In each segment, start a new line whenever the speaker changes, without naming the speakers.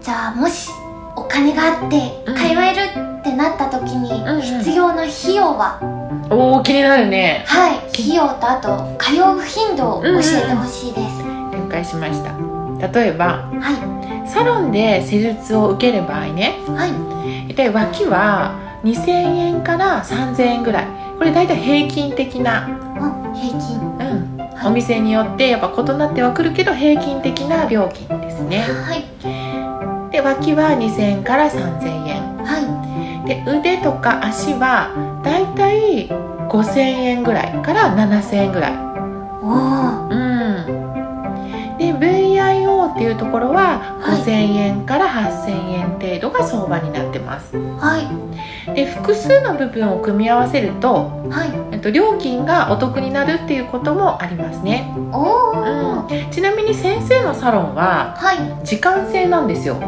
じゃあもしお金があって
うん
通えるってなった時に
んうん
必要な費用は、
おお気になるね
はい費用とあと通う頻度を教えてほしいです、
了解しました例えば
は
サロンで施術を受ける場合ね
いはい
大体脇は2000円から3000円ぐらいこれ大体平均的な、
うん平均
うん、
はい
お店によってやっぱ異なってはくるけど平均的な料金ですね
はい
で脇は2000円から3000円
は
で腕とか足は大体5000円ぐらいから7000円ぐらい
い
うんで VIO っていうところは
はい
5000円から8000円程度が相場になってます
おおはい
で複数の部分を組み合わせると
はい
えっと、料金がお得になるっていうこともありますね、
お
う
お、
ん、ちなみに先生のサロンは
は
時間制なんですよ
い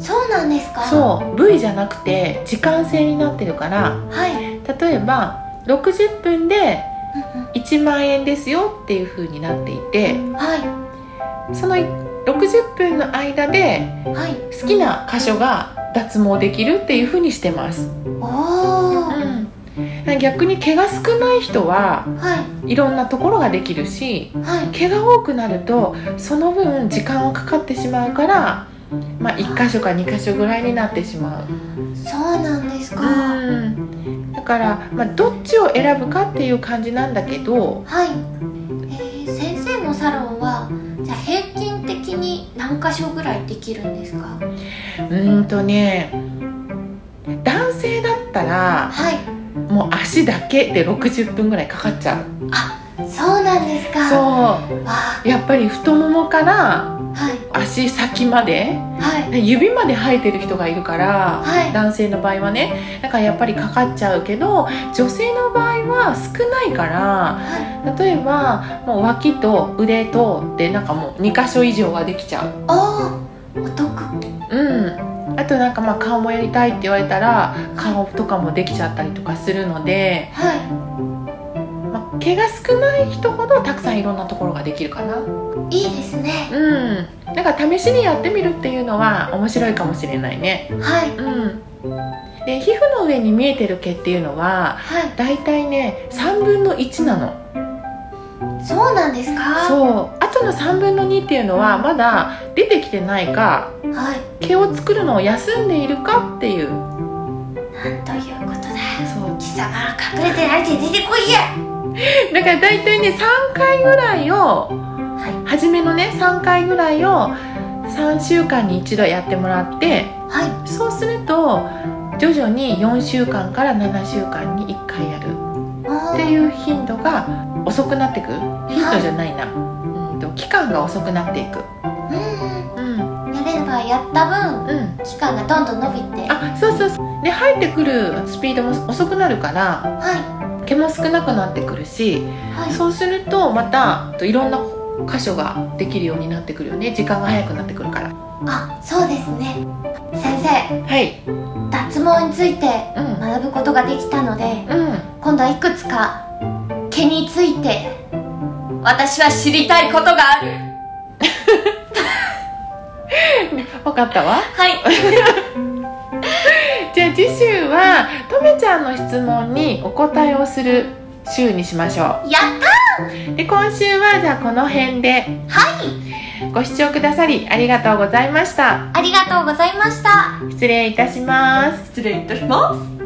そうなんですかう
そう V じゃなくて時間制になってるから
はい、うん
例えば60分で
う
1万円ですよっていう風になっていて
んはい
その60分の間で
はい
好きな箇所が脱毛できるっていう風にしてます、
おお、
うん、逆に毛が少ない人は
はい
いろんなところができるし
はい
毛が多くなるとその分時間をかかってしまうから、まあ、1箇所か2箇所ぐらいになってしまう
そうなんですかは
だから、まあ、どっちを選ぶかっていう感じなんだけど
い、えー、先生のサロンはじゃあ平均的に何箇所ぐらいできるんですか
うーんとね男性だったら
はい
もう足だけで60分ぐらいかかっちゃう
そうなんですかわ
そ
あ
うやっぱり太ももから
はい
足先まで
はい
指まで生えてる人がいるから、
はい
男性の場合はねだからやっぱりかかっちゃうけど女性の場合は少ないから
はい
例えばもう脇と腕とでなんかもう2箇所以上はできちゃう
おおお得
うんあとなんかまあ顔もやりたいって言われたら顔とかもできちゃったりとかするので、
は
まあ、毛が少ない人ほどたくさんいろんなところができるかない
いいですね
うんなんか試しにやってみるっていうのは面白いかもしれないね
はい
うんで皮膚の上に見えてる毛っていうの
は
はだいたいね3分の1なの
いそうなんですか
そうあとの3分の2っていうのはまだ出てきてないか
はい
毛を作るのを休んでいるかっていうそ
なんということだ
う
貴様ら隠れてないで出てこいや
だからだいたいね3回ぐらいを
は
初めのね3回ぐらいを3週間に一度やってもらって
いはい
そうすると徐々に4週間から7週間に1回やる
お
って
ー
いう頻度が遅くなってく頻度じゃないな、うんと期間が遅くなっていく
うん
うん
やればやった分
うん
期間がどんどん伸びては
あそうそうそうで生えてくるスピードも遅くなるから
い
毛も少なくなってくるし
はい
そうするとまたといろんな箇所ができるようになってくるよね時間が早くなってくるから
あそうですね先生
はい
脱毛について
うん
学ぶことができたので
うん
今度はいくつか毛について私は知りたいことがある
分かったわ
はい
じゃあ次週はとめちゃんの質問にお答えをする週にしましょう
やった
で今週はじゃあこの辺ではいご視聴くださりありがとうございました
ありがとうございました
失礼いたします
失礼いたします